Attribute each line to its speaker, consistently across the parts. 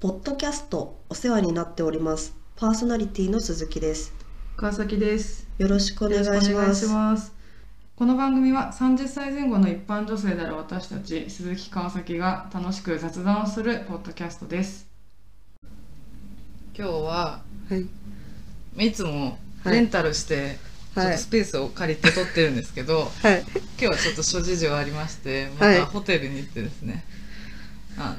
Speaker 1: ポッドキャストお世話になっております。パーソナリティの鈴木です。
Speaker 2: 川崎です。
Speaker 1: よろしくお願いします。
Speaker 2: よろくお願いしますこの番組は30歳前後の一般女性である私たち鈴木川崎が楽しく雑談をするポッドキャストです。今日は
Speaker 1: はい、
Speaker 2: いつも
Speaker 1: はい
Speaker 2: レンタルして、ちょっとスペースを借りて撮ってるんですけど、
Speaker 1: はい、
Speaker 2: 今日はちょっと諸事情ありましてま
Speaker 1: はい
Speaker 2: たホテルに行ってですね、あの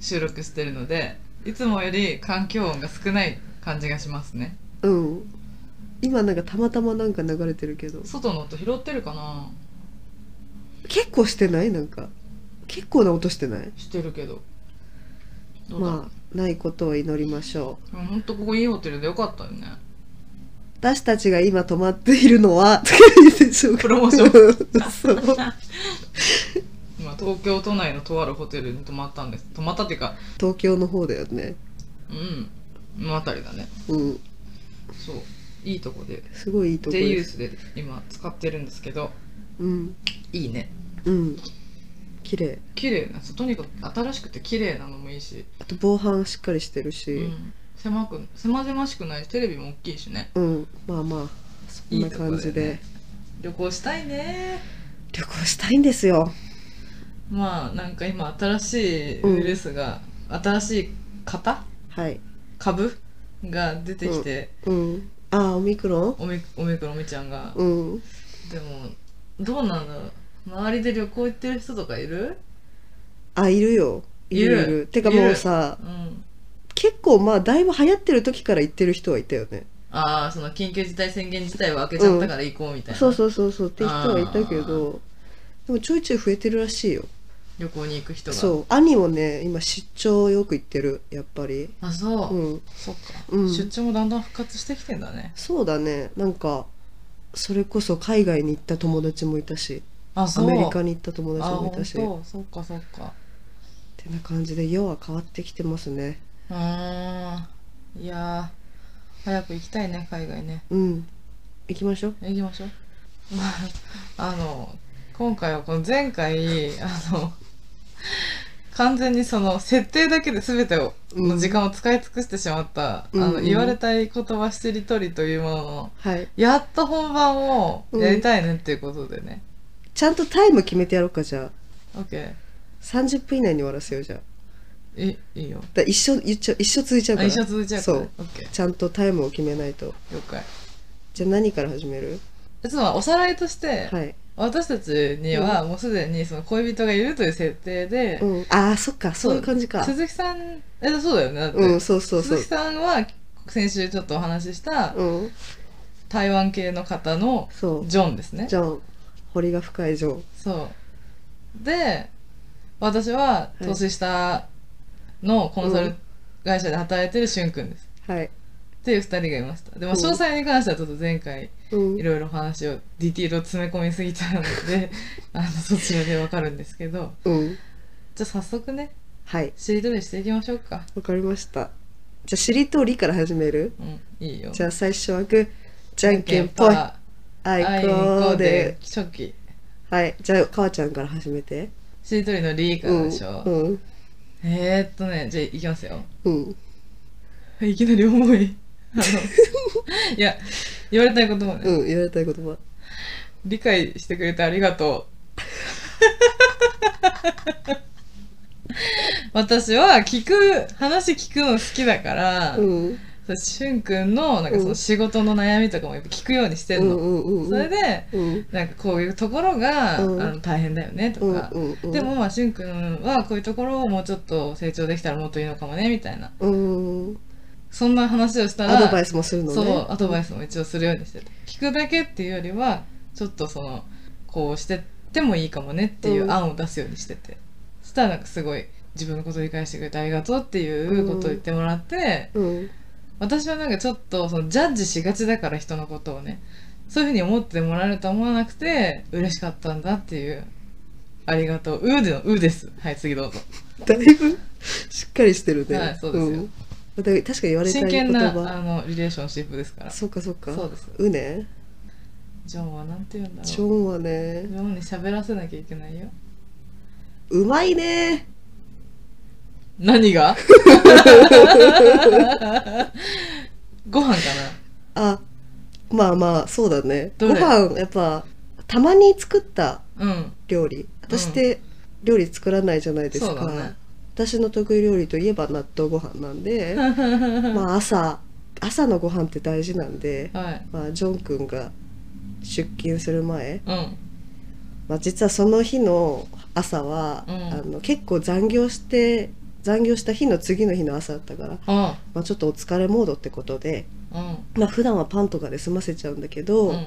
Speaker 2: 収録してるのでいつもより環境音が少ない感じがしますね。
Speaker 1: うん。今なんかたまたまなんか流れてるけど、
Speaker 2: 外の音拾ってるかな
Speaker 1: 結構してないなんか、結構な音してない。
Speaker 2: してるけどどうだろう、
Speaker 1: まあ、ないことを祈りましょう。
Speaker 2: でもほんとここいいホテルでよかったよね
Speaker 1: 私たちが今泊まっているのは、 とか言ってしょうか
Speaker 2: プロモーショ
Speaker 1: ン。そう。
Speaker 2: 今東京都内のとあるホテルに泊まったんです泊まったっていうか
Speaker 1: 東京の方だよね。
Speaker 2: うんこの辺りだね
Speaker 1: うん。
Speaker 2: そういいとこで
Speaker 1: すごいいいとこ
Speaker 2: J ユ
Speaker 1: で
Speaker 2: ー
Speaker 1: す。
Speaker 2: スで今使ってるんですけど
Speaker 1: うん。
Speaker 2: いいね
Speaker 1: うん。綺麗。
Speaker 2: 綺麗なそうとにかく新しくて綺麗なのもいいし、
Speaker 1: あと防犯しっかりしてるし。
Speaker 2: うん、狭く狭々しくないしテレビも大きいしね
Speaker 1: うんまあまあそん
Speaker 2: い
Speaker 1: ない
Speaker 2: とこだよ
Speaker 1: 感
Speaker 2: ね
Speaker 1: じで
Speaker 2: 旅行したいね
Speaker 1: 旅行したいんですよ
Speaker 2: まあなんか今新しいウイルスが、新しい型
Speaker 1: はい
Speaker 2: 株が出てきて、
Speaker 1: うんああオミクロン
Speaker 2: おめおめくろみちゃんが、
Speaker 1: うん
Speaker 2: でもどうなんだろう周りで旅行行ってる人とかいる
Speaker 1: あいるよいるい
Speaker 2: い
Speaker 1: る
Speaker 2: る
Speaker 1: てか
Speaker 2: いる
Speaker 1: もうさ
Speaker 2: うん
Speaker 1: 結構まあだいぶ流行ってる時から行ってる人はいたよね
Speaker 2: ああその緊急事態宣言自体は開けちゃったから行こうみたいな、
Speaker 1: そうそうそうそうって人はいたけどでもちょいちょい増えてるらしいよ
Speaker 2: 旅行に行く人が
Speaker 1: そう兄もね今出張よく行ってるやっぱり
Speaker 2: あそう、
Speaker 1: うん
Speaker 2: そっか、
Speaker 1: うん
Speaker 2: 出張もだんだん復活してきてんだね
Speaker 1: そうだねなんかそれこそ海外に行った友達もいたし
Speaker 2: あ
Speaker 1: ア
Speaker 2: そう
Speaker 1: メリカに行った友達
Speaker 2: あ
Speaker 1: もいたし
Speaker 2: 本当そっかそっか
Speaker 1: ってな感じで世は変わってきてますね
Speaker 2: うーんいやー早く行きたいね海外ね
Speaker 1: うん行きましょう
Speaker 2: 行きましょう。 まあ、あの、今回はこの前回、あの、完全にその設定だけで全てを、
Speaker 1: うん
Speaker 2: の時間を使い尽くしてしまった、
Speaker 1: うん
Speaker 2: あ
Speaker 1: う
Speaker 2: の、
Speaker 1: ん
Speaker 2: 言われたい言葉しりとりというものの、
Speaker 1: はい
Speaker 2: やっと本番をやりたいねっていうことでね。
Speaker 1: ちゃんとタイム決めてやろうかじゃあ
Speaker 2: OK。
Speaker 1: 30分以内に終わらせようじゃあ
Speaker 2: いいいよ。
Speaker 1: だ一緒言っちゃう一緒続いちゃう
Speaker 2: あ
Speaker 1: から
Speaker 2: 一緒続いちゃうから、
Speaker 1: そう
Speaker 2: OK。
Speaker 1: ちゃんとタイムを決めないと
Speaker 2: 了解。
Speaker 1: じゃあ何から始める
Speaker 2: つまりおさらいとして、
Speaker 1: はい、
Speaker 2: 私たちにはもうすでにその恋人がいるという設定で、
Speaker 1: うん、ああそっかそういう感じか
Speaker 2: 鈴木さん、え、そうだよね。だって
Speaker 1: うんそうそうそ
Speaker 2: 鈴
Speaker 1: う
Speaker 2: 木さんは先週ちょっとお話しした
Speaker 1: うん
Speaker 2: 台湾系の方の
Speaker 1: そう
Speaker 2: ジョンですね
Speaker 1: ジ。ョン堀が深いジョン
Speaker 2: そうで私はい年下のコンサル会社で働いてるしゅんくんです。
Speaker 1: はい、
Speaker 2: っていう2人がいました。でも
Speaker 1: うん
Speaker 2: 詳細に関してはちょっと前回
Speaker 1: うん
Speaker 2: い、ろいろ話をディティールを詰め込みすぎたので あのそちらでわかるんですけど
Speaker 1: うん
Speaker 2: じゃあ早速ね
Speaker 1: はい
Speaker 2: しりとりしていきましょうか。
Speaker 1: わかりましたじゃあしりとりから始める
Speaker 2: うんいいよ。
Speaker 1: じゃあ最初はグーじゃんけんぽい
Speaker 2: あ
Speaker 1: あ
Speaker 2: い
Speaker 1: い
Speaker 2: こ
Speaker 1: こ
Speaker 2: う
Speaker 1: ーで
Speaker 2: で初期。
Speaker 1: はいじゃあかわちゃんから始めて
Speaker 2: しりとりのリーからでしょ、
Speaker 1: うんうん
Speaker 2: えー、っとねじゃあいきますよ
Speaker 1: うん
Speaker 2: いきなり重いあ のいや言われたいこともね、
Speaker 1: うん言われたい言葉
Speaker 2: 理解してくれてありがとう 私は聞く話聞くの好きだから、
Speaker 1: うん
Speaker 2: そうしゅんくんのなんかそうの
Speaker 1: ん
Speaker 2: 仕事の悩みとかもやっぱ聞くようにして
Speaker 1: うんん
Speaker 2: の、
Speaker 1: うんうんうん
Speaker 2: それで
Speaker 1: うん
Speaker 2: なんかこういうところが、
Speaker 1: うん
Speaker 2: あの大変だよねとか、
Speaker 1: うんうんうん
Speaker 2: でもまあしゅんくんはこういうところをもうちょっと成長できたらもっといいのかもねみたいな
Speaker 1: うん
Speaker 2: そんな話をしたら
Speaker 1: アドバイスもするのね
Speaker 2: そうアドバイスも一応するようにしてて聞くだけっていうよりはちょっとそのこうしてってもいいかもねっていう案を出すようにしてて、そしたらなんかすごい自分のことを理解してくれてありがとうっていうことを言ってもらって、
Speaker 1: うん
Speaker 2: 私はなんかちょっとそのジャッジしがちだから人のことをねそういうふうに思ってもらえると思わなくて嬉しかったんだっていうありがとううーでのうーですはい次どうぞ
Speaker 1: だいぶしっかりしてるね
Speaker 2: はいそうですよ
Speaker 1: んだから確かに言われたい
Speaker 2: 真
Speaker 1: 言
Speaker 2: 剣なあ
Speaker 1: 葉
Speaker 2: のリレーションシップですから
Speaker 1: そうかそうか
Speaker 2: そうです
Speaker 1: うね
Speaker 2: ジョンはなんて言うんだろう
Speaker 1: ジョンはね
Speaker 2: ジョンに喋らせなきゃいけないよ
Speaker 1: うまいね
Speaker 2: 何が ご飯か
Speaker 1: あまあまあそうだねご
Speaker 2: どれ
Speaker 1: 飯やっぱたまに作った
Speaker 2: なうん
Speaker 1: 料理私って料理作らないじゃないですか、
Speaker 2: そうだね
Speaker 1: 私の得意料理といえば納豆ご飯なんでまあ朝朝のご飯って大事なんで、
Speaker 2: はい
Speaker 1: まあ、ジョン君が出勤する前、
Speaker 2: うん
Speaker 1: まあ、実はその日の朝は、
Speaker 2: うん
Speaker 1: あの結構残業して残業した日の次の日の朝だったから、
Speaker 2: あ
Speaker 1: まあ、ちょっとお疲れモードってことで、
Speaker 2: うん
Speaker 1: まあ普段はパンとかで済ませちゃうんだけど、
Speaker 2: うん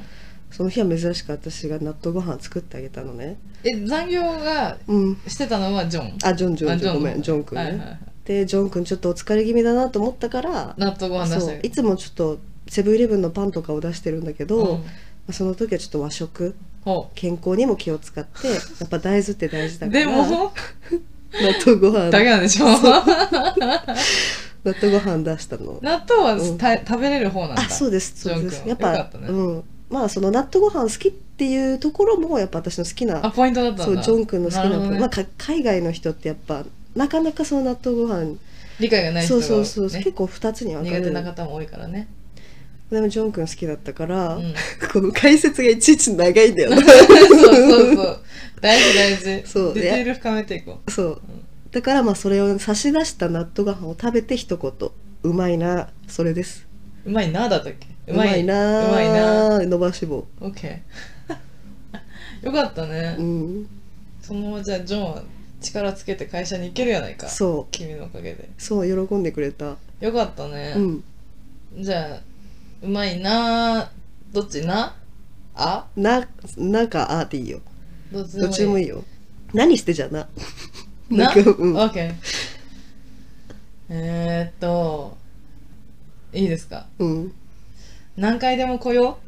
Speaker 1: その日は珍しく私が納豆ご飯作ってあげたのね
Speaker 2: え残業が
Speaker 1: うん
Speaker 2: してたのはジョン
Speaker 1: あジョンジョ
Speaker 2: あ
Speaker 1: ンジョンごめんジョン君ね、
Speaker 2: はいはいはい
Speaker 1: でジョン君ちょっとお疲れ気味だなと思ったから
Speaker 2: 納豆ご飯出し
Speaker 1: そ
Speaker 2: て
Speaker 1: ういつもちょっとセブンイレブンのパンとかを出してるんだけど、
Speaker 2: う
Speaker 1: ま
Speaker 2: ん
Speaker 1: あその時はちょっと和食
Speaker 2: ほ
Speaker 1: 健康にも気を使 ってやっぱ大豆って大事だ
Speaker 2: う
Speaker 1: から
Speaker 2: でも
Speaker 1: 納豆ご飯
Speaker 2: だけなんでしょ
Speaker 1: 納豆ご飯出したの
Speaker 2: 納豆は
Speaker 1: うん
Speaker 2: た食べれる方なんだ
Speaker 1: あそうですそう
Speaker 2: ジ
Speaker 1: で
Speaker 2: ョン
Speaker 1: す
Speaker 2: 君
Speaker 1: やっぱ
Speaker 2: よかったね
Speaker 1: うんまあその納豆ご飯好きっていうところもやっぱ私の好きな
Speaker 2: あポイントだった
Speaker 1: そ
Speaker 2: ん
Speaker 1: う
Speaker 2: だ
Speaker 1: ジョン君の好きな
Speaker 2: る
Speaker 1: 部
Speaker 2: ほど
Speaker 1: 分
Speaker 2: ね
Speaker 1: まあ、か海外の人ってやっぱなかなかその納豆ご飯
Speaker 2: 理解がない人
Speaker 1: そう
Speaker 2: が
Speaker 1: そうそう、
Speaker 2: ね
Speaker 1: 結構2つに分か
Speaker 2: 苦
Speaker 1: れ
Speaker 2: 手な
Speaker 1: る
Speaker 2: 方も多いからね
Speaker 1: でもジョン君好きだったから、
Speaker 2: うん
Speaker 1: この解説がいちいち長いんだよ ね
Speaker 2: そうそうそう大事大事
Speaker 1: そう
Speaker 2: ディテール深めていこ
Speaker 1: そうだからまあそれを差し出した納豆ご飯を食べて一言うまいなそれです
Speaker 2: ううまいなだったっけ
Speaker 1: うまいう
Speaker 2: まいな
Speaker 1: な伸ばし棒
Speaker 2: OK よかったね、
Speaker 1: うん
Speaker 2: そのままじゃあジョンは力つけて会社に行けるやないか
Speaker 1: そう
Speaker 2: 君のおかげで
Speaker 1: そう喜んでくれた
Speaker 2: よかったね、
Speaker 1: うん
Speaker 2: じゃあうまいなどっちなあ
Speaker 1: ななんかあーでいいよ
Speaker 2: どっち
Speaker 1: どっちでもいいよ何してじゃな
Speaker 2: な
Speaker 1: なんかうん
Speaker 2: OK えー、っといいですか
Speaker 1: うん
Speaker 2: 何回でも来よ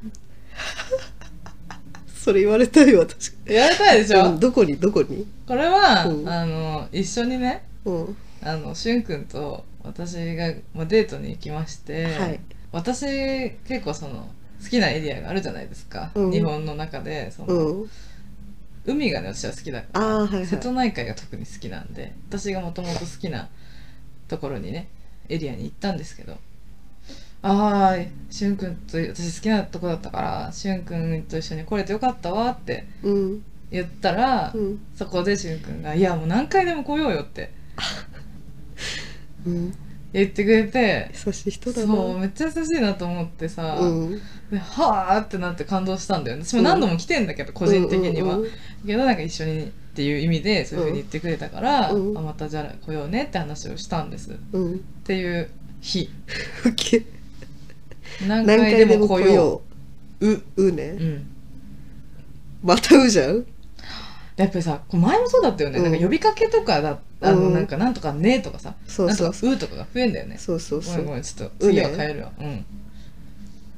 Speaker 1: それ言われたいわ確か
Speaker 2: うやりたいでしょ、
Speaker 1: うんどこにどこに
Speaker 2: これは、
Speaker 1: うん
Speaker 2: あの一緒にね
Speaker 1: うん
Speaker 2: あのしゅんくんと私が、まあ、デートに行きまして、
Speaker 1: はい
Speaker 2: 私結構その好きなエリアがあるじゃないですか、
Speaker 1: うん
Speaker 2: 日本の中でその、
Speaker 1: うん
Speaker 2: 海がね私は好きだから、
Speaker 1: ああーはい
Speaker 2: 瀬
Speaker 1: は
Speaker 2: 戸内海が特に好きなんで私がもともと好きなところにねエリアに行ったんですけどああしゅんくんと私好きなとこだったからしゅんくんと一緒に来れてよかったわって
Speaker 1: いうん
Speaker 2: 言ったら、
Speaker 1: うん
Speaker 2: そこでしゅんくんが「いやもう何回でも来ようよ」って
Speaker 1: うん
Speaker 2: 言ってくれて
Speaker 1: 優しい人だな
Speaker 2: そうめっちゃ優しいなと思ってさ、
Speaker 1: うん
Speaker 2: ではあってなって感動したんだよね私も何度も来てんだけど、個人的には、
Speaker 1: うんうん
Speaker 2: けどなんか一緒にっていう意味でそういうふうに言ってくれたから、
Speaker 1: うんうん
Speaker 2: あまたじゃあ来ようねって話をしたんですっ
Speaker 1: うんうん
Speaker 2: ていう日
Speaker 1: OK
Speaker 2: 何
Speaker 1: 何
Speaker 2: 回
Speaker 1: 回
Speaker 2: で
Speaker 1: で
Speaker 2: も
Speaker 1: も
Speaker 2: 来
Speaker 1: 来
Speaker 2: よ
Speaker 1: よううう
Speaker 2: う
Speaker 1: ね
Speaker 2: うん
Speaker 1: またうじゃん
Speaker 2: やっぱりさこう前もそうだったよね、
Speaker 1: うん
Speaker 2: なんか呼びかけとかだあの
Speaker 1: うん
Speaker 2: なんかなんとかねとかさ、
Speaker 1: そう
Speaker 2: なんと
Speaker 1: そ
Speaker 2: か
Speaker 1: うそう
Speaker 2: うとかが増えんだよね
Speaker 1: そうそう
Speaker 2: ご
Speaker 1: そ
Speaker 2: めん
Speaker 1: う
Speaker 2: ごめんちょっと
Speaker 1: う
Speaker 2: 次
Speaker 1: ね
Speaker 2: は変えるわうん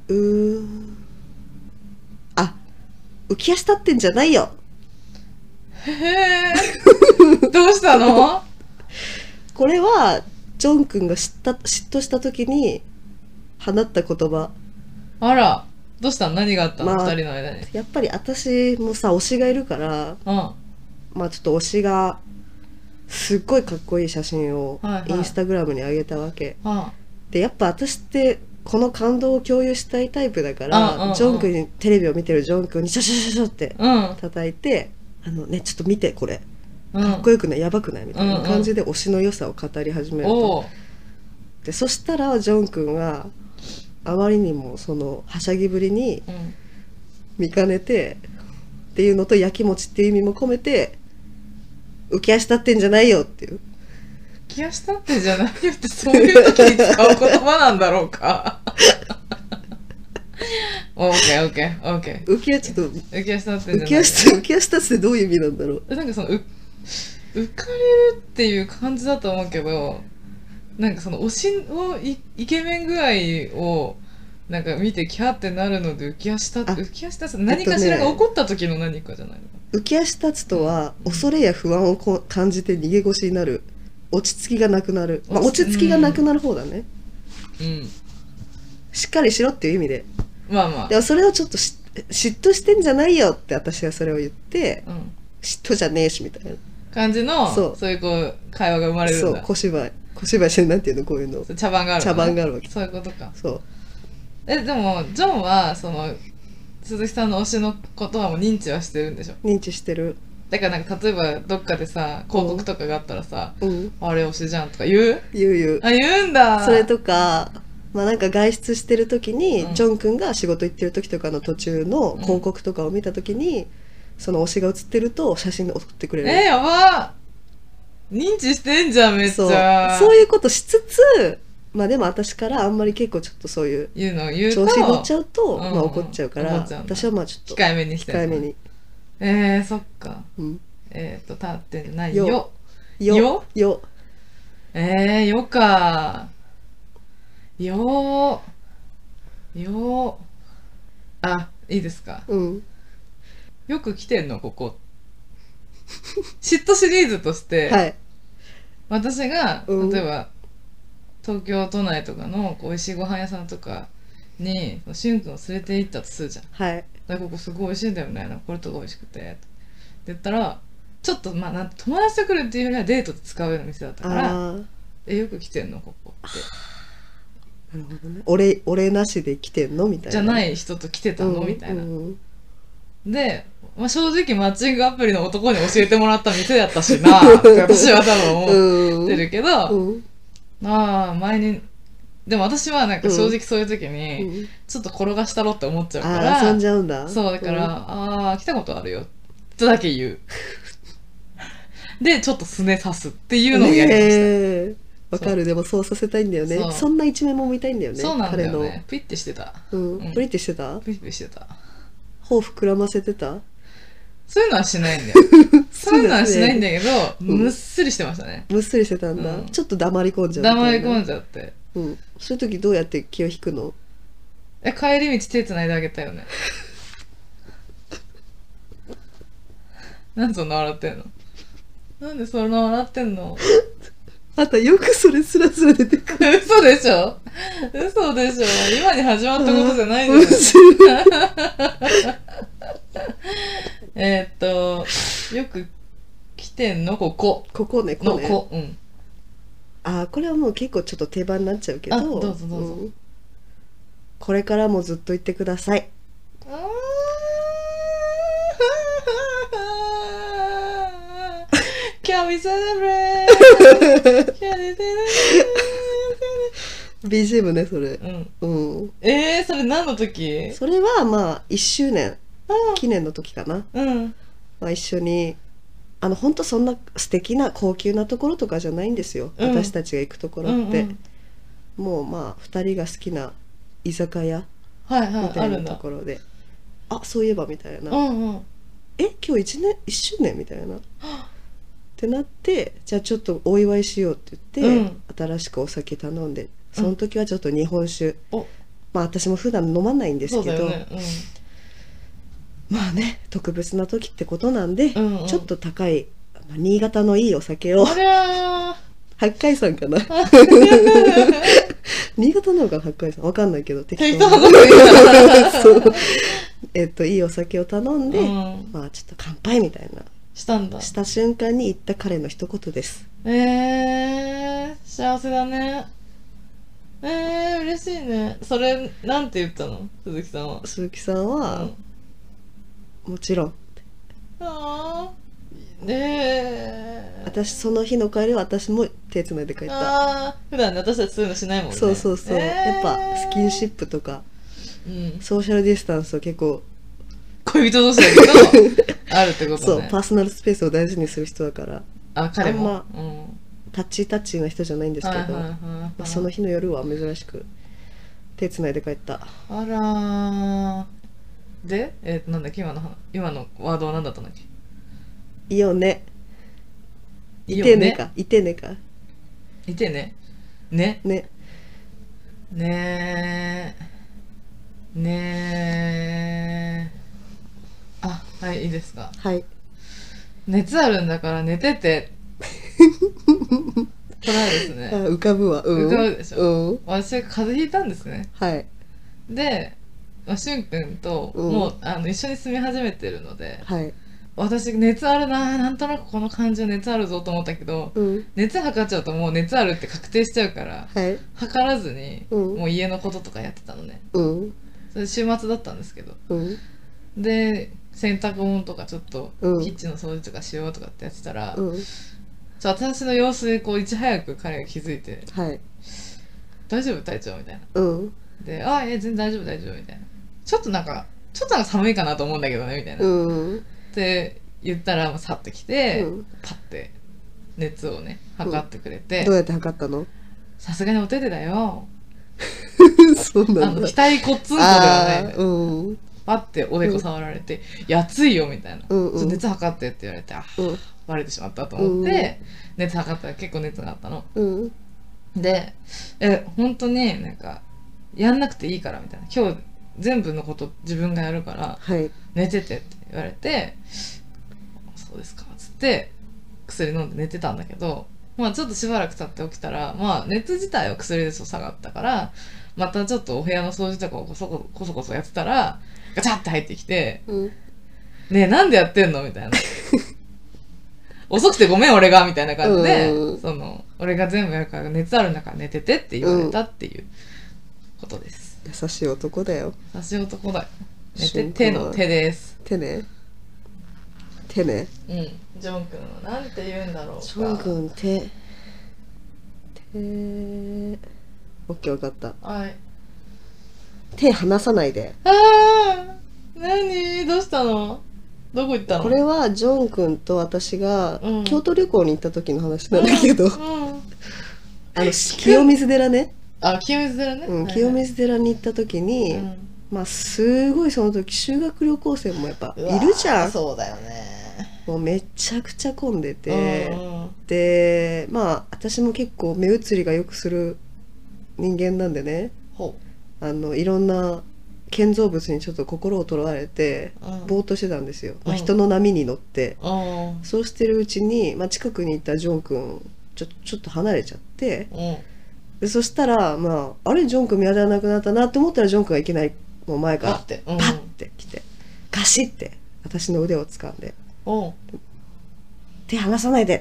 Speaker 1: うーんあ浮き足立ってんじゃないよ
Speaker 2: へえどうしたの
Speaker 1: これはジョン君が知った嫉妬した時に放った言葉
Speaker 2: あらどうしたの何があったの、
Speaker 1: まあ
Speaker 2: 二人の間に
Speaker 1: やっぱり私もさ推しがいるから
Speaker 2: うんは
Speaker 1: まあちょっと推しがすっごいかっこいい写真を
Speaker 2: はいはい
Speaker 1: インスタグラムに上げたわけ、
Speaker 2: あ
Speaker 1: でやっぱ私ってこの感動を共有したいタイプだから、
Speaker 2: うんうんうん
Speaker 1: ジョン君にテレビを見てるジョン君にシャシャシャシャって
Speaker 2: うん
Speaker 1: 叩いて「あのねちょっと見てこれ
Speaker 2: うん
Speaker 1: かっこよくないやばくない」みたい
Speaker 2: うん
Speaker 1: な
Speaker 2: うん
Speaker 1: 感じで推しの良さを語り始めると。
Speaker 2: おお
Speaker 1: でそしたらジョン君があまりにもそのはしゃぎぶりに
Speaker 2: うん
Speaker 1: 見かねてっていうのとやきもちっていう意味も込めて浮き足立ってんじゃないよっていう
Speaker 2: 気がしたってじゃないよってそういう時に使う言葉なんだろう かオーケーオーケーオーケ
Speaker 1: 浮き足ちょっと
Speaker 2: ー浮き足立ってんじ
Speaker 1: 浮
Speaker 2: ゃ
Speaker 1: き
Speaker 2: ない
Speaker 1: 足立浮き足立ってどういう意味なんだろう
Speaker 2: えなんかそのう浮かれるっていう感じだと思うけどなんかその推しをイイケメン具合をなんか見てキャーってなるので浮き足立
Speaker 1: あ
Speaker 2: って浮き足立つ何かしらが起こった時の何かじゃないの、
Speaker 1: 浮き足立つとは恐れや不安をこ感じて逃げ腰になる落ち着きがなくなる、まあ、
Speaker 2: 落
Speaker 1: 落
Speaker 2: ち
Speaker 1: ち着きがなくなる方だねしっかりしろっていう意味で
Speaker 2: うんまあまあ
Speaker 1: でもそれをちょっとし嫉妬してんじゃないよって私はそれを言って
Speaker 2: うん
Speaker 1: 嫉妬じゃねえしみたいな
Speaker 2: 感じの
Speaker 1: そう
Speaker 2: そういうこう会話が生まれる
Speaker 1: そ
Speaker 2: ん
Speaker 1: う
Speaker 2: だ
Speaker 1: 小芝居小芝居してなんていうのこういうの
Speaker 2: そう茶番があるの
Speaker 1: 茶番があるわけ
Speaker 2: そういうことか
Speaker 1: そう
Speaker 2: えでもジョンはその鈴木さんの推しのことはもう認知はしてるんでしょ
Speaker 1: 認知してる
Speaker 2: だからなんか例えばどっかでさ広告とかがあったらさ
Speaker 1: うん
Speaker 2: 「あれ推しじゃん」とか言う
Speaker 1: 言う言う
Speaker 2: あ言うんだ
Speaker 1: それとかまあなんか外出してる時に、
Speaker 2: うん
Speaker 1: ジョン君が仕事行ってる時とかの途中の広告とかを見た時に、その推しが写ってると写真で送ってくれる
Speaker 2: えやば認知してんじゃんめっち
Speaker 1: そう
Speaker 2: ゃ
Speaker 1: そういうことしつつまあでも私からあんまり結構ちょっとそういう
Speaker 2: 言うのを言うと
Speaker 1: 調子に乗っちゃうと、
Speaker 2: うん
Speaker 1: まあ、怒っちゃうから、
Speaker 2: 怒っちゃうんだ
Speaker 1: 私はまあちょっと
Speaker 2: 控えめにして
Speaker 1: 控えめに、
Speaker 2: えー、そっか
Speaker 1: うん、
Speaker 2: えっ、ー、と立ってないよ
Speaker 1: よ
Speaker 2: よよ
Speaker 1: よよ
Speaker 2: えー、よかよよあいいですか
Speaker 1: うん
Speaker 2: よく来てんのこ こ嫉妬シリーズとして、
Speaker 1: はい
Speaker 2: 私が
Speaker 1: うん
Speaker 2: 例えば、東京都内とかのこう美味しいご飯屋さんとかにしゅんくんを連れて行ったとするじゃん
Speaker 1: はい
Speaker 2: でここすごい美味しいんだよねなんかこれとか美味しくて」って言ったらちょっとまあなん友達と来るっていうよりはデートで使うような店だった
Speaker 1: ああ
Speaker 2: から
Speaker 1: ー
Speaker 2: 「えよく来てんのここ」っ
Speaker 1: なるほどね俺俺なしで来てんのみたい
Speaker 2: て「
Speaker 1: な
Speaker 2: じゃないい人と来てたの?」みたいな
Speaker 1: うんうん
Speaker 2: で、まあ、正直マッチングアプリの男に教えてもらった店だったし なって私は多分思
Speaker 1: うん
Speaker 2: ってるけど、
Speaker 1: うん
Speaker 2: ああ前にでも私はなんか正直そういう時
Speaker 1: う
Speaker 2: に
Speaker 1: ん
Speaker 2: ちょっと転がしたろって思っちゃうか
Speaker 1: ああ
Speaker 2: ら、
Speaker 1: 遊んじゃうんだ
Speaker 2: そうだから、ああ来たことある よとだけ言うでちょっとすね刺すっていうのをやりました、
Speaker 1: ねえわかるでもそうさせたいんだよね
Speaker 2: そう
Speaker 1: そんな一面も見たいんだよね
Speaker 2: そうなんだよ
Speaker 1: 彼
Speaker 2: ねピッてしてた
Speaker 1: のう
Speaker 2: うん
Speaker 1: んプリってしてた
Speaker 2: ピッてしてた
Speaker 1: 頬膨らませてた
Speaker 2: そういうのはしないん だよそういうのはしないんだけど、
Speaker 1: うん
Speaker 2: むっすりしてましたね
Speaker 1: むっすりしてたんだ、
Speaker 2: うん
Speaker 1: ちょっと黙り込んじゃう
Speaker 2: 黙り込ん
Speaker 1: じ
Speaker 2: じゃって
Speaker 1: ゃう、うん、そういう時どうやって気を引くの
Speaker 2: え帰り道手つないであげたよねなんでそんな笑ってんのなんでそんな笑ってんの
Speaker 1: あんたよくそれすらすら出てくる
Speaker 2: 嘘でしょ嘘でしょ今に始まったことじゃないん
Speaker 1: 面
Speaker 2: だよ
Speaker 1: 白い
Speaker 2: えーっと、よく来てんの、ここ。
Speaker 1: ここねこ
Speaker 2: の
Speaker 1: こね
Speaker 2: こ。うん。
Speaker 1: あーこれはもう結構ちょっと定番になっちゃうけど
Speaker 2: あどうぞどうぞ
Speaker 1: んこれからもずっと言ってください
Speaker 2: キャビセレブレーキャビセレ
Speaker 1: BGM ねそれ
Speaker 2: ブレうん。
Speaker 1: うん
Speaker 2: えー、それ何の時
Speaker 1: それはまあ1周年
Speaker 2: あ
Speaker 1: 記念の時かな、
Speaker 2: うん。
Speaker 1: まあ、一緒にあの本当そんな素敵な高級なところとかじゃないんですよ、
Speaker 2: うん
Speaker 1: 私たちが行くとこ
Speaker 2: う
Speaker 1: ろ
Speaker 2: ん
Speaker 1: っ
Speaker 2: う
Speaker 1: て、
Speaker 2: ん。
Speaker 1: もうまあ2人が好きな居酒屋
Speaker 2: はいは
Speaker 1: み
Speaker 2: い、
Speaker 1: た
Speaker 2: あ
Speaker 1: い
Speaker 2: る
Speaker 1: なんと
Speaker 2: だ。
Speaker 1: ころで、あそういえばみたいうな、
Speaker 2: んうん。
Speaker 1: え今日1年1周年みたいなってなってじゃあちょっとお祝いしようって言って、新しくお酒頼んでその時はちょっと日本酒、
Speaker 2: お、
Speaker 1: まあ私も普段飲まないんです
Speaker 2: そう
Speaker 1: け
Speaker 2: だ
Speaker 1: ど、
Speaker 2: よね。
Speaker 1: まあね特別な時ってことなんで、
Speaker 2: うんうん
Speaker 1: ちょっと高いまあ新潟のいいお酒 を
Speaker 2: うん。ありゃ
Speaker 1: 八海山かな 新潟なのか八海山わかんないけど
Speaker 2: ー。
Speaker 1: 適
Speaker 2: 適
Speaker 1: 当
Speaker 2: 当な
Speaker 1: な
Speaker 2: こと言うな。
Speaker 1: そうえっといいお酒を頼んで、
Speaker 2: うん。
Speaker 1: まあちょっと乾杯みたいな
Speaker 2: したんだ。
Speaker 1: した瞬間に言った彼の一言です
Speaker 2: えー、幸せだね。えー、嬉しいね。それ、なんて言ったの鈴木さんは。
Speaker 1: 鈴木さんは、もちろん
Speaker 2: ああー。えー。
Speaker 1: 私その日の帰りは私も手つないで帰った、
Speaker 2: あー普段ね私たちそういうのしないもんね。
Speaker 1: そうそうそう、
Speaker 2: えー
Speaker 1: やっぱスキンシップとか
Speaker 2: うん。
Speaker 1: ソーシャルディスタンスを結構
Speaker 2: 恋人同士だ けど、あるってことね。
Speaker 1: そうパーソナルスペースを大事にする人だから
Speaker 2: あ、彼も。
Speaker 1: あん
Speaker 2: うん。
Speaker 1: タッチタッチな人じゃないんですけど、
Speaker 2: はいはいはいはい
Speaker 1: まあ、その日の夜は珍しく手つないで帰った
Speaker 2: あらー。で、えーなんだっけ今の話、今のワードは何だったんだっけ
Speaker 1: 「いいよね」「
Speaker 2: いい
Speaker 1: い
Speaker 2: よ
Speaker 1: てね」か「いてね」か
Speaker 2: いてね。ね。
Speaker 1: 「ね
Speaker 2: ねえねえあはいいいですか」
Speaker 1: はい
Speaker 2: 熱あるんだから寝てて これはです
Speaker 1: あ
Speaker 2: ね
Speaker 1: 浮かぶわ、うん、
Speaker 2: 浮かぶでしょ
Speaker 1: うん、
Speaker 2: 私が風邪ひいたんですね
Speaker 1: はい
Speaker 2: でまあしゅんくんと
Speaker 1: うん
Speaker 2: もう、あの一緒に住み始めてるので
Speaker 1: はい
Speaker 2: 私熱あるななんとなくこの感情熱あるぞと思ったけど
Speaker 1: うん
Speaker 2: 熱測っちゃうともう熱あるって確定しちゃうから
Speaker 1: はい
Speaker 2: 測らずに
Speaker 1: うん
Speaker 2: もう家のこととかやってたのね
Speaker 1: うん
Speaker 2: それ週末だったんですけど
Speaker 1: うん
Speaker 2: で洗濯物とかちょっとキ
Speaker 1: うん
Speaker 2: ッチンの掃除とかしようとかってやってたら、
Speaker 1: うん
Speaker 2: ちょ私の様子でこういち早く彼が気づいて
Speaker 1: はい
Speaker 2: 「大丈夫隊長」みたいな
Speaker 1: うん
Speaker 2: で「あえ全然大丈夫大丈夫」みたいなちょっとなんかちょっとなんか寒いかなと思うんだけどねみたいな、
Speaker 1: う
Speaker 2: っ
Speaker 1: ん
Speaker 2: て言ったらもうさってきて、
Speaker 1: うん
Speaker 2: パッて熱をね測ってくれて
Speaker 1: どうやって測ったの
Speaker 2: 「さすがにお手手だよ」
Speaker 1: そう
Speaker 2: あ
Speaker 1: なん
Speaker 2: の
Speaker 1: だ
Speaker 2: 額コツンコではないね
Speaker 1: うんうん
Speaker 2: パッておでこ触られて「いや熱いよ」みたいな「
Speaker 1: うんうん
Speaker 2: ちょっと熱測って」って言われて「あバレてしまった」と思って、熱測ったら結構熱があったの
Speaker 1: うん
Speaker 2: でえ本当になんかやんなくていいからみたいな今日全部のこと自分がやるから
Speaker 1: はい
Speaker 2: 寝ててって言われてそうですかっつって薬飲んで寝てたんだけどまあちょっとしばらく経って起きたらまあ熱自体は薬でそう下がったからまたちょっとお部屋の掃除とかをこそここそこそやってたらガチャって入ってきて
Speaker 1: うん
Speaker 2: 「ねえなんでやってんの?」みたいな 「遅くてごめん俺が」みたいな感じで、
Speaker 1: うん
Speaker 2: その俺が全部やるから熱あるんだから寝ててって言われたっていうことです。
Speaker 1: 優しい男だよ
Speaker 2: 差し男だよ寝
Speaker 1: しょう
Speaker 2: て
Speaker 1: がな
Speaker 2: 手
Speaker 1: い
Speaker 2: の手です
Speaker 1: 手ね手ね
Speaker 2: うん、ジョン君はなんて言うんだろうか
Speaker 1: ション君手手オッケー分かった
Speaker 2: はい
Speaker 1: 手離さないで
Speaker 2: あー何どうしたのどこ行ったの
Speaker 1: これはジョン君と私が
Speaker 2: うん
Speaker 1: 京都旅行に行った時の話なんだけど、
Speaker 2: うんうん
Speaker 1: あの清水寺ね、
Speaker 2: あ清水寺ね、
Speaker 1: う
Speaker 2: は
Speaker 1: ん、
Speaker 2: いはい
Speaker 1: 清水寺に行った時に、
Speaker 2: うん
Speaker 1: まあすごいその時修学旅行生もやっぱいう
Speaker 2: わー
Speaker 1: るじゃん
Speaker 2: そうだよね
Speaker 1: もうめちゃくちゃ混んで
Speaker 2: うん
Speaker 1: て、
Speaker 2: うん
Speaker 1: でまあ私も結構目移りがよくする人間なんでね
Speaker 2: ほ
Speaker 1: あのいろんな建造物にちょっと心をとらわれて
Speaker 2: ううん
Speaker 1: ぼーっとしてたんですよ、まあ、
Speaker 2: うん
Speaker 1: 人の波に乗って、
Speaker 2: うん
Speaker 1: そうしてるうちに、まあ、近くにいたジョン君ちょちょっと離れちゃって
Speaker 2: うん
Speaker 1: でそしたら、まあ、あれジョン君見当たらなくなったなって思ったらジョン君がいきなりもう前から
Speaker 2: だ
Speaker 1: パ
Speaker 2: ってうん
Speaker 1: ッて来てガシッて私の腕を掴んで
Speaker 2: うんうん
Speaker 1: 「手離さないで!」っ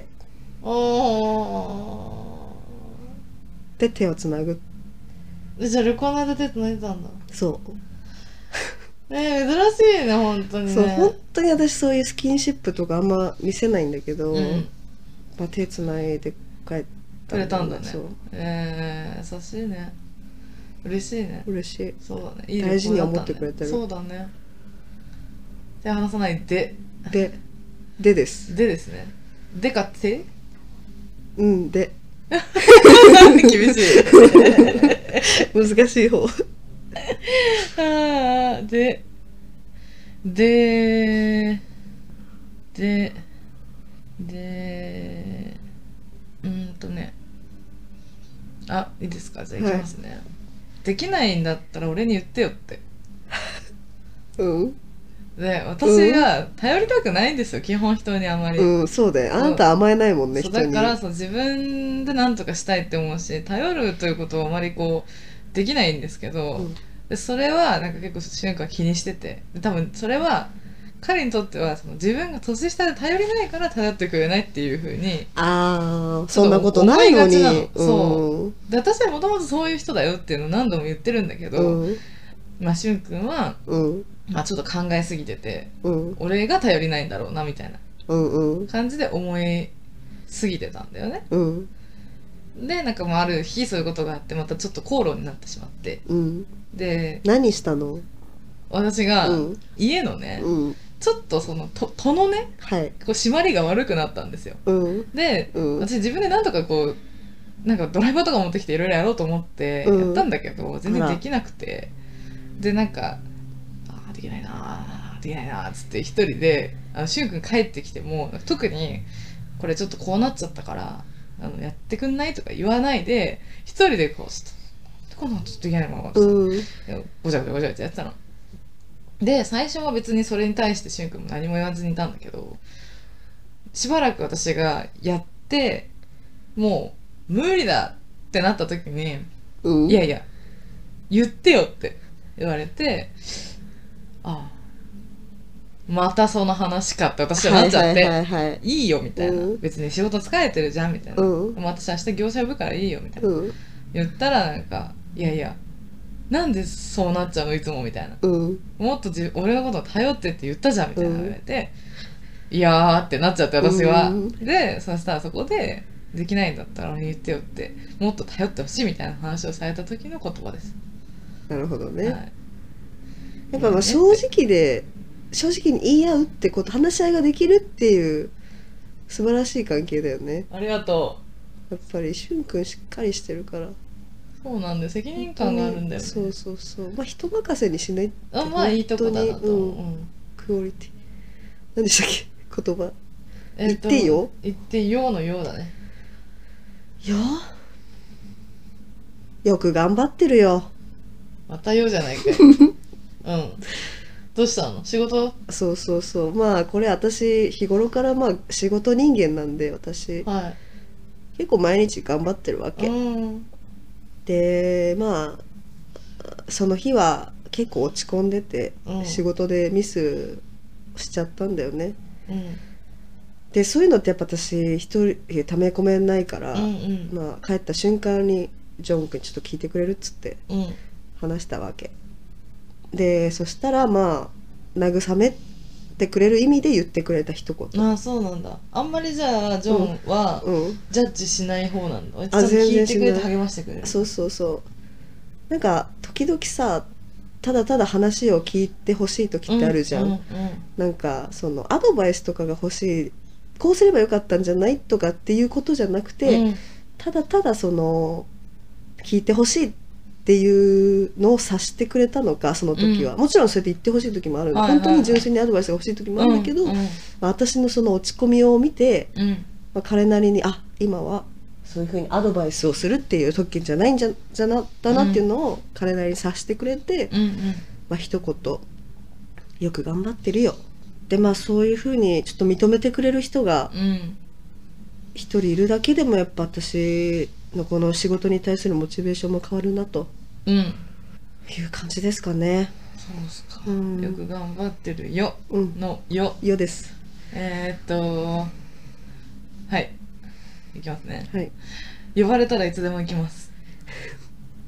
Speaker 1: て手をつなぐ
Speaker 2: でじゃあ旅行の間手つないでたんだ
Speaker 1: そう
Speaker 2: ねえ珍しいね本当にね
Speaker 1: そう本当に私そういうスキンシップとかあんま見せないんだけど、
Speaker 2: うん
Speaker 1: まあ、手つないで帰っ
Speaker 2: く
Speaker 1: た
Speaker 2: れたんだね
Speaker 1: そう
Speaker 2: えー、優しいね嬉しいね
Speaker 1: 嬉しい
Speaker 2: そうだねいい
Speaker 1: 大事に
Speaker 2: 旅行だ
Speaker 1: 思ってくれてる
Speaker 2: そうだね手離さないで
Speaker 1: ででです
Speaker 2: でですねでか 手
Speaker 1: うんで
Speaker 2: 厳しい
Speaker 1: 難しい方
Speaker 2: あーででででうーんとねあいいですかじゃあいきますね、できないんだったら俺に言ってよって
Speaker 1: うん
Speaker 2: で私が頼りたくないんですよ、基本人にあまり、
Speaker 1: うん、そうだよ。あなた甘えないもんね、
Speaker 2: そう
Speaker 1: 人
Speaker 2: だ
Speaker 1: に。
Speaker 2: からそう自分で何とかしたいって思うし頼るということはあまりこうできないんですけど、
Speaker 1: うん
Speaker 2: でそれはなんか結構主君は気にしててで多分それは彼にとってはその自分が年下で頼りないから頼ってくれないっていうふうに
Speaker 1: ああ、そんなことないのに。
Speaker 2: そう思いがちなの
Speaker 1: うん
Speaker 2: で私はもともとそういう人だよっていうのを何度も言ってるんだけど、
Speaker 1: うん。
Speaker 2: まあ主君は、
Speaker 1: うん。
Speaker 2: まあ、ちょっと考えすぎてて
Speaker 1: うん。
Speaker 2: 俺が頼りないんだろうなみたいな
Speaker 1: うん。うん。
Speaker 2: 感じで思いすぎてたんだよね。
Speaker 1: うん。
Speaker 2: でなんかもうある日そういうことがあってまたちょっと口論になってしまって
Speaker 1: うん。
Speaker 2: で
Speaker 1: 何したの
Speaker 2: 私が
Speaker 1: うん
Speaker 2: 家のね、
Speaker 1: うん。
Speaker 2: ちょっとそのと戸のね
Speaker 1: はい。
Speaker 2: こう締まりが悪くなったんですよ
Speaker 1: うん。
Speaker 2: で、
Speaker 1: うん
Speaker 2: 私自分でなんとかこうなんかドライバーとか持ってきていろいろやろうと思って
Speaker 1: うん
Speaker 2: やったんだけど、全
Speaker 1: あ
Speaker 2: 然
Speaker 1: ら
Speaker 2: できなくてでなんかあーできないなーできないなーっつって一人であのしゅんくん帰ってきても特にこれちょっとこうなっちゃったからあのやってくんないとか言わないで一人でこうちょっとこんなんちょっとできないまま
Speaker 1: うん。
Speaker 2: ごちゃごちゃごちゃごちゃやってたの。で最初は別にそれに対してしゅんくんも何も言わずにいたんだけどしばらく私がやってもう無理だってなった時に「
Speaker 1: うん。
Speaker 2: いやいや言ってよ」って言われて「ああまたその話かって私はなっちゃって、いい
Speaker 1: はいはいはい
Speaker 2: よみたいな、
Speaker 1: うん
Speaker 2: 別に仕事疲れてるじゃんみたいな、
Speaker 1: うん
Speaker 2: でも私明日業者呼ぶからいいよみたいな、
Speaker 1: うん
Speaker 2: 言ったらなんかいやいやなんでそうなっちゃうのいつもみたいな
Speaker 1: うん
Speaker 2: もっと自俺のこと頼ってって言ったじゃんみたいな言われて、いやーってなっちゃって私は、
Speaker 1: うん
Speaker 2: でそしたらそこでできないんだったら俺に言ってよってもっと頼ってほしいみたいな話をされた時の言葉です、
Speaker 1: なるほどね、
Speaker 2: はい、
Speaker 1: やっぱまあ正直で正直に言い合うってこと話し合いができるっていう素晴らしい関係だよね
Speaker 2: ありがと
Speaker 1: やっぱりしゅんくんしっかりしてるから
Speaker 2: うそうなんで責任感があるんだよね
Speaker 1: そうそうそうまあ人任せにしないって
Speaker 2: あまあいいとこだなと思う、
Speaker 1: 本当に
Speaker 2: うん
Speaker 1: クオリティ何でしたっけ言葉
Speaker 2: えと
Speaker 1: 言っていいよ
Speaker 2: 言っていいよのようだね
Speaker 1: よよく頑張ってるよ
Speaker 2: またようじゃない かようんどうしたの仕事
Speaker 1: そうそうそうまあこれ私日頃からまあ仕事人間なんで私
Speaker 2: は
Speaker 1: 結構毎日頑張ってるわ
Speaker 2: い
Speaker 1: け、
Speaker 2: うん
Speaker 1: でまあその日は結構落ち込んでて、
Speaker 2: うん
Speaker 1: 仕事でミスしちゃったんだよね
Speaker 2: うん
Speaker 1: でそういうのってやっぱ私一人で溜め込めないから、
Speaker 2: うんうん
Speaker 1: まあ、帰った瞬間にジョン君ちょっと聞いてくれるっつって
Speaker 2: うん
Speaker 1: 話したわけでそしたらまあ慰めてくれる意味で言ってくれた一言
Speaker 2: ああそうなんだあんまりじゃあジョンは
Speaker 1: うん
Speaker 2: ジャッジしない方なんだ、ちゃ
Speaker 1: あ
Speaker 2: んと聞い
Speaker 1: 全然
Speaker 2: て
Speaker 1: し
Speaker 2: く
Speaker 1: ない
Speaker 2: れて励ましてくれる
Speaker 1: そうそうそうなんか時々さただただ話を聞いてほしい時ってあるじゃん、
Speaker 2: うんうん
Speaker 1: なんかそのアドバイスとかが欲しいこうすればよかったんじゃないとかっていうことじゃなくて、
Speaker 2: うん
Speaker 1: ただただその聞いてほしいっていうのを察してくれたのかその時は、
Speaker 2: う
Speaker 1: もちろんそうやって言ってほしい時もある、
Speaker 2: はいはいはい
Speaker 1: 本当に純粋にアドバイスが欲しい時もあるんだけど、
Speaker 2: うん
Speaker 1: まあ私のその落ち込みを見て、
Speaker 2: うん
Speaker 1: まあ、彼なりにあ今はそういうふうにアドバイスをするっていう時じゃないんじゃじゃなだなっていうのを彼なりに察してくれて、
Speaker 2: うんうん
Speaker 1: まあ一言「よく頑張ってるよ」でまあそういうふうにちょっと認めてくれる人が
Speaker 2: うん
Speaker 1: 一人いるだけでもやっぱ私のこの仕事に対するモチベーションも変わるなと
Speaker 2: うん
Speaker 1: いう感じですかね。
Speaker 2: そうっすか、
Speaker 1: うん
Speaker 2: よく頑張ってるよ
Speaker 1: うん、
Speaker 2: のよ
Speaker 1: よです。
Speaker 2: えー、っとはいいきますね
Speaker 1: はい、
Speaker 2: 呼ばれたらいつでも行きます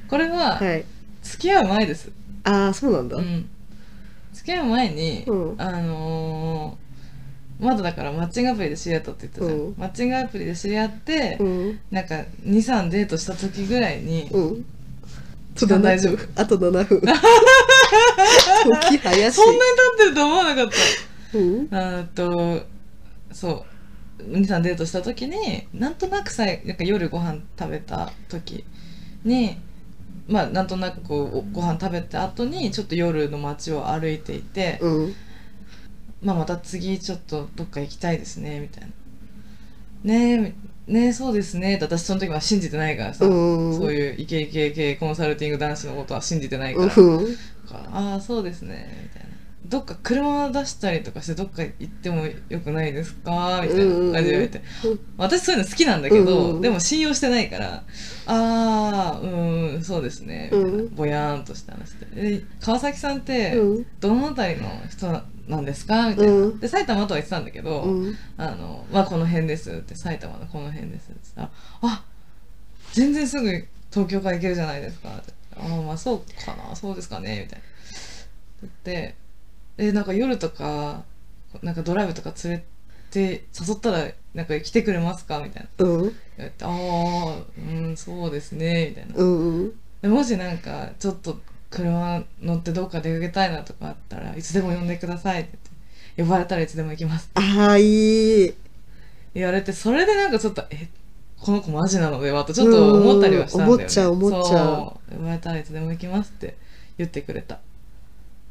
Speaker 2: これは
Speaker 1: はい、
Speaker 2: 付き合う前です、
Speaker 1: ああそうなんだ。
Speaker 2: うん、付き合う前に、
Speaker 1: うん
Speaker 2: あのーまだだからマッチングアプリで知り合ったって言ったじゃん、
Speaker 1: うん
Speaker 2: マッチングアプリで知り合って、
Speaker 1: うん、
Speaker 2: なんか23デートした時ぐらいに、
Speaker 1: うん、
Speaker 2: 時間大丈夫
Speaker 1: あと7分。 時早し。
Speaker 2: そんなに経ってると思わなかった
Speaker 1: うん、
Speaker 2: あーっとそう兄さんデートした時になんとなくさなんか夜ご飯食べた時にまあなんとなくこうおご飯食べた後にちょっと夜の街を歩いていて、
Speaker 1: うん、
Speaker 2: まあ、また次ちょっとどっか行きたいですねみたいな「ねえみねえそうですね」って私その時は信じてないからさ、
Speaker 1: うん、
Speaker 2: そう
Speaker 1: い
Speaker 2: いうイケイケ系コンサルティング男子のことは信じてないから、
Speaker 1: うん、
Speaker 2: ああそうですねみたいなどっか車出したりとかしてどっか行ってもよくないですかみたいな感じで言われて、
Speaker 1: うんうんうん
Speaker 2: 私そういうの好きなんだけど、
Speaker 1: うん
Speaker 2: でも信用してないからああうーんそうですねみたいな、
Speaker 1: うん
Speaker 2: ぼやーんとした話でで川崎さんって
Speaker 1: うん、
Speaker 2: どの辺りの人なんですかみたいな、
Speaker 1: うん
Speaker 2: で埼玉とは言ってたんだけど、
Speaker 1: うん、
Speaker 2: あのまあ、この辺ですって埼玉のこの辺ですって言ったらあ全然すぐ東京から行けるじゃないですかってあまあそうかなそうですかねみたいな言ってでなんか夜とかなんかドライブとか連れて誘ったらなんか来てくれますかみたいな
Speaker 1: うん、
Speaker 2: 言ってああうんそうですねみたいな
Speaker 1: うん、
Speaker 2: でもしなんかちょっと車乗ってどっか出かけたいなとかあったらいつでも呼んでくださいって言って呼ばれたらいつでも行きます
Speaker 1: ああいい。
Speaker 2: 言われてそれでなんかちょっとえこの子マジなのではとちょっと思ったりはしたんだよね
Speaker 1: うん思っちゃう思っちゃう
Speaker 2: そう生まれたらいつでも行きますって言ってくれた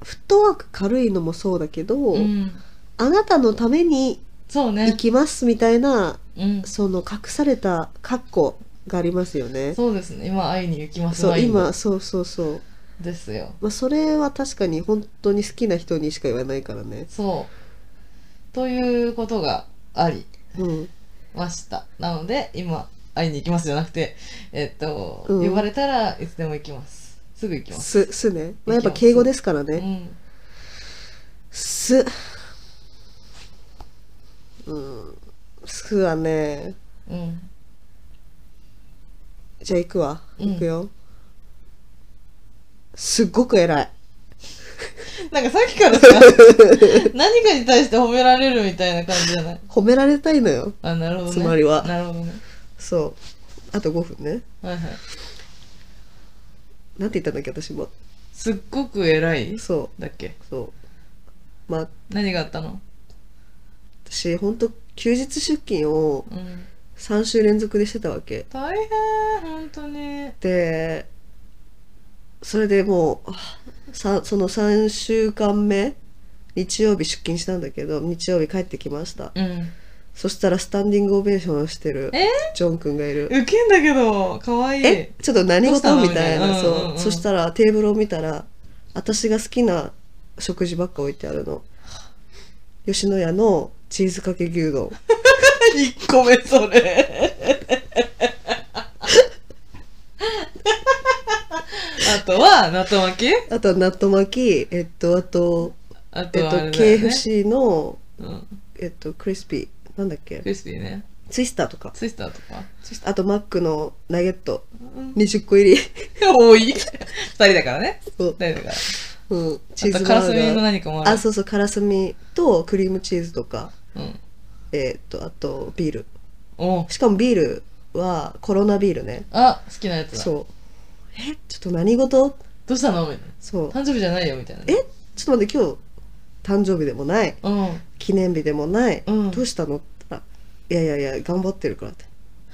Speaker 1: フットワーク軽いのもそうだけど、
Speaker 2: うん
Speaker 1: あなたのために
Speaker 2: そう
Speaker 1: 行
Speaker 2: ね
Speaker 1: きますみたいな、
Speaker 2: うん
Speaker 1: その隠された括弧がありますよね。
Speaker 2: そうですね今会いに行きます
Speaker 1: そう
Speaker 2: ワイン
Speaker 1: 今そうそうそう、
Speaker 2: ですよ
Speaker 1: まあ、それは確かに本当に好きな人にしか言わないからね。
Speaker 2: そうということがあり
Speaker 1: うん、
Speaker 2: ましたなので今会いに行きますじゃなくてえっと、
Speaker 1: うん
Speaker 2: 呼ばれたらいつでも行きますすぐ行きます
Speaker 1: すすね、まあ、やっぱ敬語ですから
Speaker 2: う
Speaker 1: ね。
Speaker 2: ん
Speaker 1: すうんすはね
Speaker 2: うん
Speaker 1: じゃあ行くわ
Speaker 2: うん
Speaker 1: 行くよ、すっごく偉い
Speaker 2: なんかさっき からさ何かに対して褒められるみたいな感じじゃない
Speaker 1: 褒められたいのよ
Speaker 2: あなるほどね
Speaker 1: つまりは
Speaker 2: なるほどね
Speaker 1: そうあと5分ね
Speaker 2: はいはい
Speaker 1: なんて言ったんだっけ私も
Speaker 2: すっごく偉い
Speaker 1: そ
Speaker 2: だっけ
Speaker 1: うそうまあ
Speaker 2: 何があったの
Speaker 1: 私本当休日出勤を
Speaker 2: うん
Speaker 1: 3週連続でしてたわけ
Speaker 2: 大変本当に
Speaker 1: でそれでもうさその3週間目日曜日出勤したんだけど日曜日帰ってきました
Speaker 2: うん
Speaker 1: そしたらスタンディングオベーションをしてる
Speaker 2: え
Speaker 1: ジョン君がいる
Speaker 2: ウケんだけど可愛い
Speaker 1: えちょっと何
Speaker 2: どうした
Speaker 1: 事
Speaker 2: の
Speaker 1: みたいな
Speaker 2: みたいなうんうん
Speaker 1: そううんそしたらテーブルを見たら私が好きな食事ばっか置いてあるの吉野家のチーズかけ牛 丼
Speaker 2: 1個目それ あとは納豆巻き
Speaker 1: あとは納豆巻きえっとあと
Speaker 2: あ
Speaker 1: え
Speaker 2: と
Speaker 1: っ
Speaker 2: はあれ
Speaker 1: と
Speaker 2: だよね、
Speaker 1: KFC の
Speaker 2: うん、
Speaker 1: えっとクリスピーなんだっけ
Speaker 2: クリスピーね
Speaker 1: ツイスターとか
Speaker 2: ツイスターとか、
Speaker 1: あとマックのナゲット
Speaker 2: うん、
Speaker 1: 20 個入り、
Speaker 2: 多い二人だからね
Speaker 1: そう
Speaker 2: 二人だから
Speaker 1: うん、チ
Speaker 2: あ
Speaker 1: ー
Speaker 2: と
Speaker 1: ズ
Speaker 2: カ
Speaker 1: バ
Speaker 2: ラスミ
Speaker 1: ー
Speaker 2: の
Speaker 1: ガー
Speaker 2: 何かもあ
Speaker 1: あ
Speaker 2: る
Speaker 1: そうそうからすみとクリームチーズとか
Speaker 2: うん
Speaker 1: えーっとあとビール
Speaker 2: お
Speaker 1: しかもビールはコロナビールね
Speaker 2: あ好きなやつだ
Speaker 1: そうえちょっと何事
Speaker 2: どうしたのみたい
Speaker 1: そう
Speaker 2: な誕生日じゃないよみたいな
Speaker 1: えちょっと待って今日誕生日でもない
Speaker 2: うん
Speaker 1: 記念日でもない、
Speaker 2: うん
Speaker 1: どうしたのって言ったら「いやいやいや頑張ってるから」って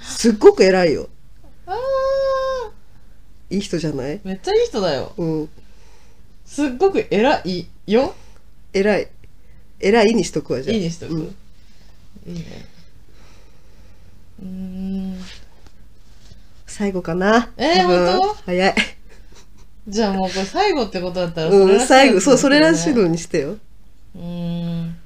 Speaker 1: すっごく偉いよ
Speaker 2: あー
Speaker 1: いい人じゃない
Speaker 2: めっちゃいい人だよ
Speaker 1: うん
Speaker 2: すっごく偉いよ
Speaker 1: 偉い偉いにしとくわじゃあ
Speaker 2: いいにしとく、
Speaker 1: うん
Speaker 2: いいねうーん
Speaker 1: 最後かな
Speaker 2: えー
Speaker 1: 多分
Speaker 2: 本当
Speaker 1: 早い
Speaker 2: じゃあもうこれ最後ってことだったら
Speaker 1: うん、最後、そう、それらしい
Speaker 2: の
Speaker 1: のにしてよ。
Speaker 2: うーん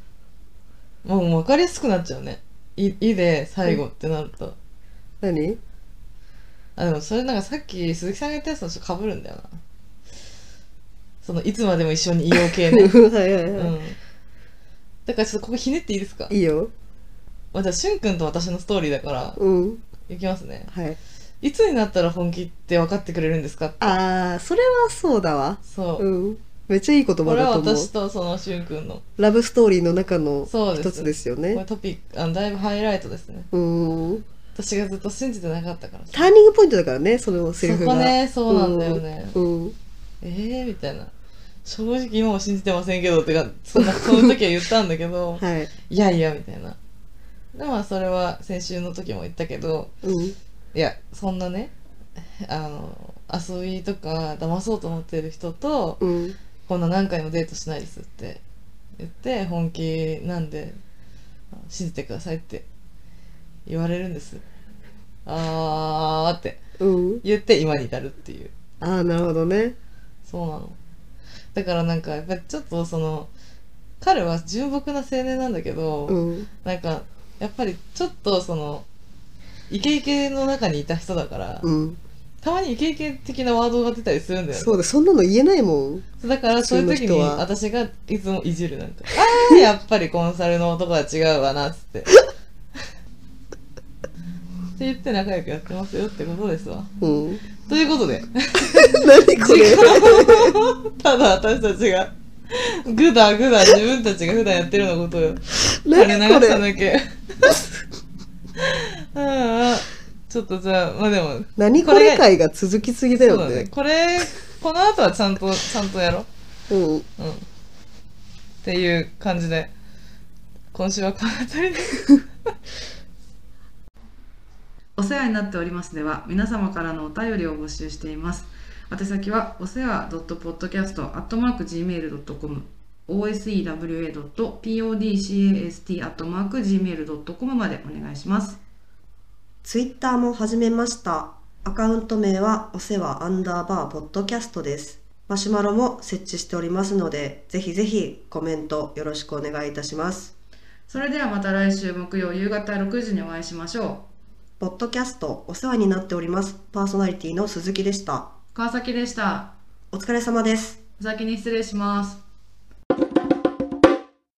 Speaker 2: もう分かりやすくなっちゃうね「い」いで最後ってなると、
Speaker 1: 何
Speaker 2: あでもそれなんかさっき鈴木さんが言ったやつとちょっと被るんだよなそのいつまでも一緒にいよう系 ね、
Speaker 1: うんはいはいうは
Speaker 2: ん、だからちょっとここひねっていいですか
Speaker 1: い。いいよ。
Speaker 2: まあ、じゃあしゅんくんと私のストーリーだから
Speaker 1: うん。
Speaker 2: いきますね
Speaker 1: はい。
Speaker 2: いつになったら本気って分かってくれるんですか
Speaker 1: あー、それはそうだわ。
Speaker 2: そう、
Speaker 1: うん。めっちゃいい言葉
Speaker 2: これ
Speaker 1: だ
Speaker 2: は
Speaker 1: と思う。
Speaker 2: 私とそのしゅんくんの
Speaker 1: ラブストーリーの中の
Speaker 2: そうです
Speaker 1: 一つですよ
Speaker 2: これ
Speaker 1: ね。
Speaker 2: トピックあのだいぶハイライトですね
Speaker 1: うーん。
Speaker 2: 私がずっと信じてなかったから
Speaker 1: ターニングポイントだからね、そのセリフ
Speaker 2: そこ
Speaker 1: が。
Speaker 2: ねそうなんだよね、
Speaker 1: うん。うん。
Speaker 2: えー、みたいな正直今も信じてませんけどってかそんなその時は言ったんだけど
Speaker 1: はい。
Speaker 2: いやいやみたいなでまあそれは先週の時も言ったけど
Speaker 1: うん。
Speaker 2: いやそんなねあの遊びとか騙そうと思ってる人と
Speaker 1: うん。
Speaker 2: こんな何回もデートしないですって言って本気なんで信じてくださいって言われるんですあーって
Speaker 1: うん。
Speaker 2: 言って今に至るっていう
Speaker 1: あー、なるほどね。
Speaker 2: そうなのだからなんかやっぱりちょっとその彼は純朴な青年なんだけど、
Speaker 1: うん。
Speaker 2: なんかやっぱりちょっとそのイケイケの中にいた人だから、
Speaker 1: うん。
Speaker 2: たまにイケイケ的なワードが出たりするんだよね
Speaker 1: そうだ、そんなの言えないもん。
Speaker 2: だからそういう時
Speaker 1: 普通の
Speaker 2: に
Speaker 1: 人は
Speaker 2: 私がいつもいじるなん か「ああやっぱりコンサルの男は違うわな」っつってって言って仲良くやってますよってことですわ
Speaker 1: うん。
Speaker 2: ということで
Speaker 1: 何これ
Speaker 2: ただ私たちがグダグダ自分たちが普段やってるようなことを垂れ流
Speaker 1: 何こ
Speaker 2: した
Speaker 1: れ
Speaker 2: だけ ああちょっとじゃあまあでも
Speaker 1: 何これ会が続きすぎだ
Speaker 2: そう
Speaker 1: よ
Speaker 2: だね
Speaker 1: ね。
Speaker 2: これこの後はちゃんとちゃんとやろ
Speaker 1: うん。
Speaker 2: ううんっていう感じで今週はこの辺りでお世話になっておりますでは皆様からのお便りを募集しています宛先はお世話 .podcast.gmail.com osewa.podcast.gmail.com までお願いします
Speaker 3: ツイッターも始めました。アカウント名はお世話アンダーバーポッドキャストです。マシュマロも設置しておりますので、ぜひぜひコメントよろしくお願いいたします。
Speaker 4: それではまた来週木曜夕方6時にお会いしましょ
Speaker 3: ポッドキャストお世話になっております。パーソナリティの鈴木でした。
Speaker 4: う川崎でした
Speaker 3: お疲れ様です。
Speaker 4: お先に失礼します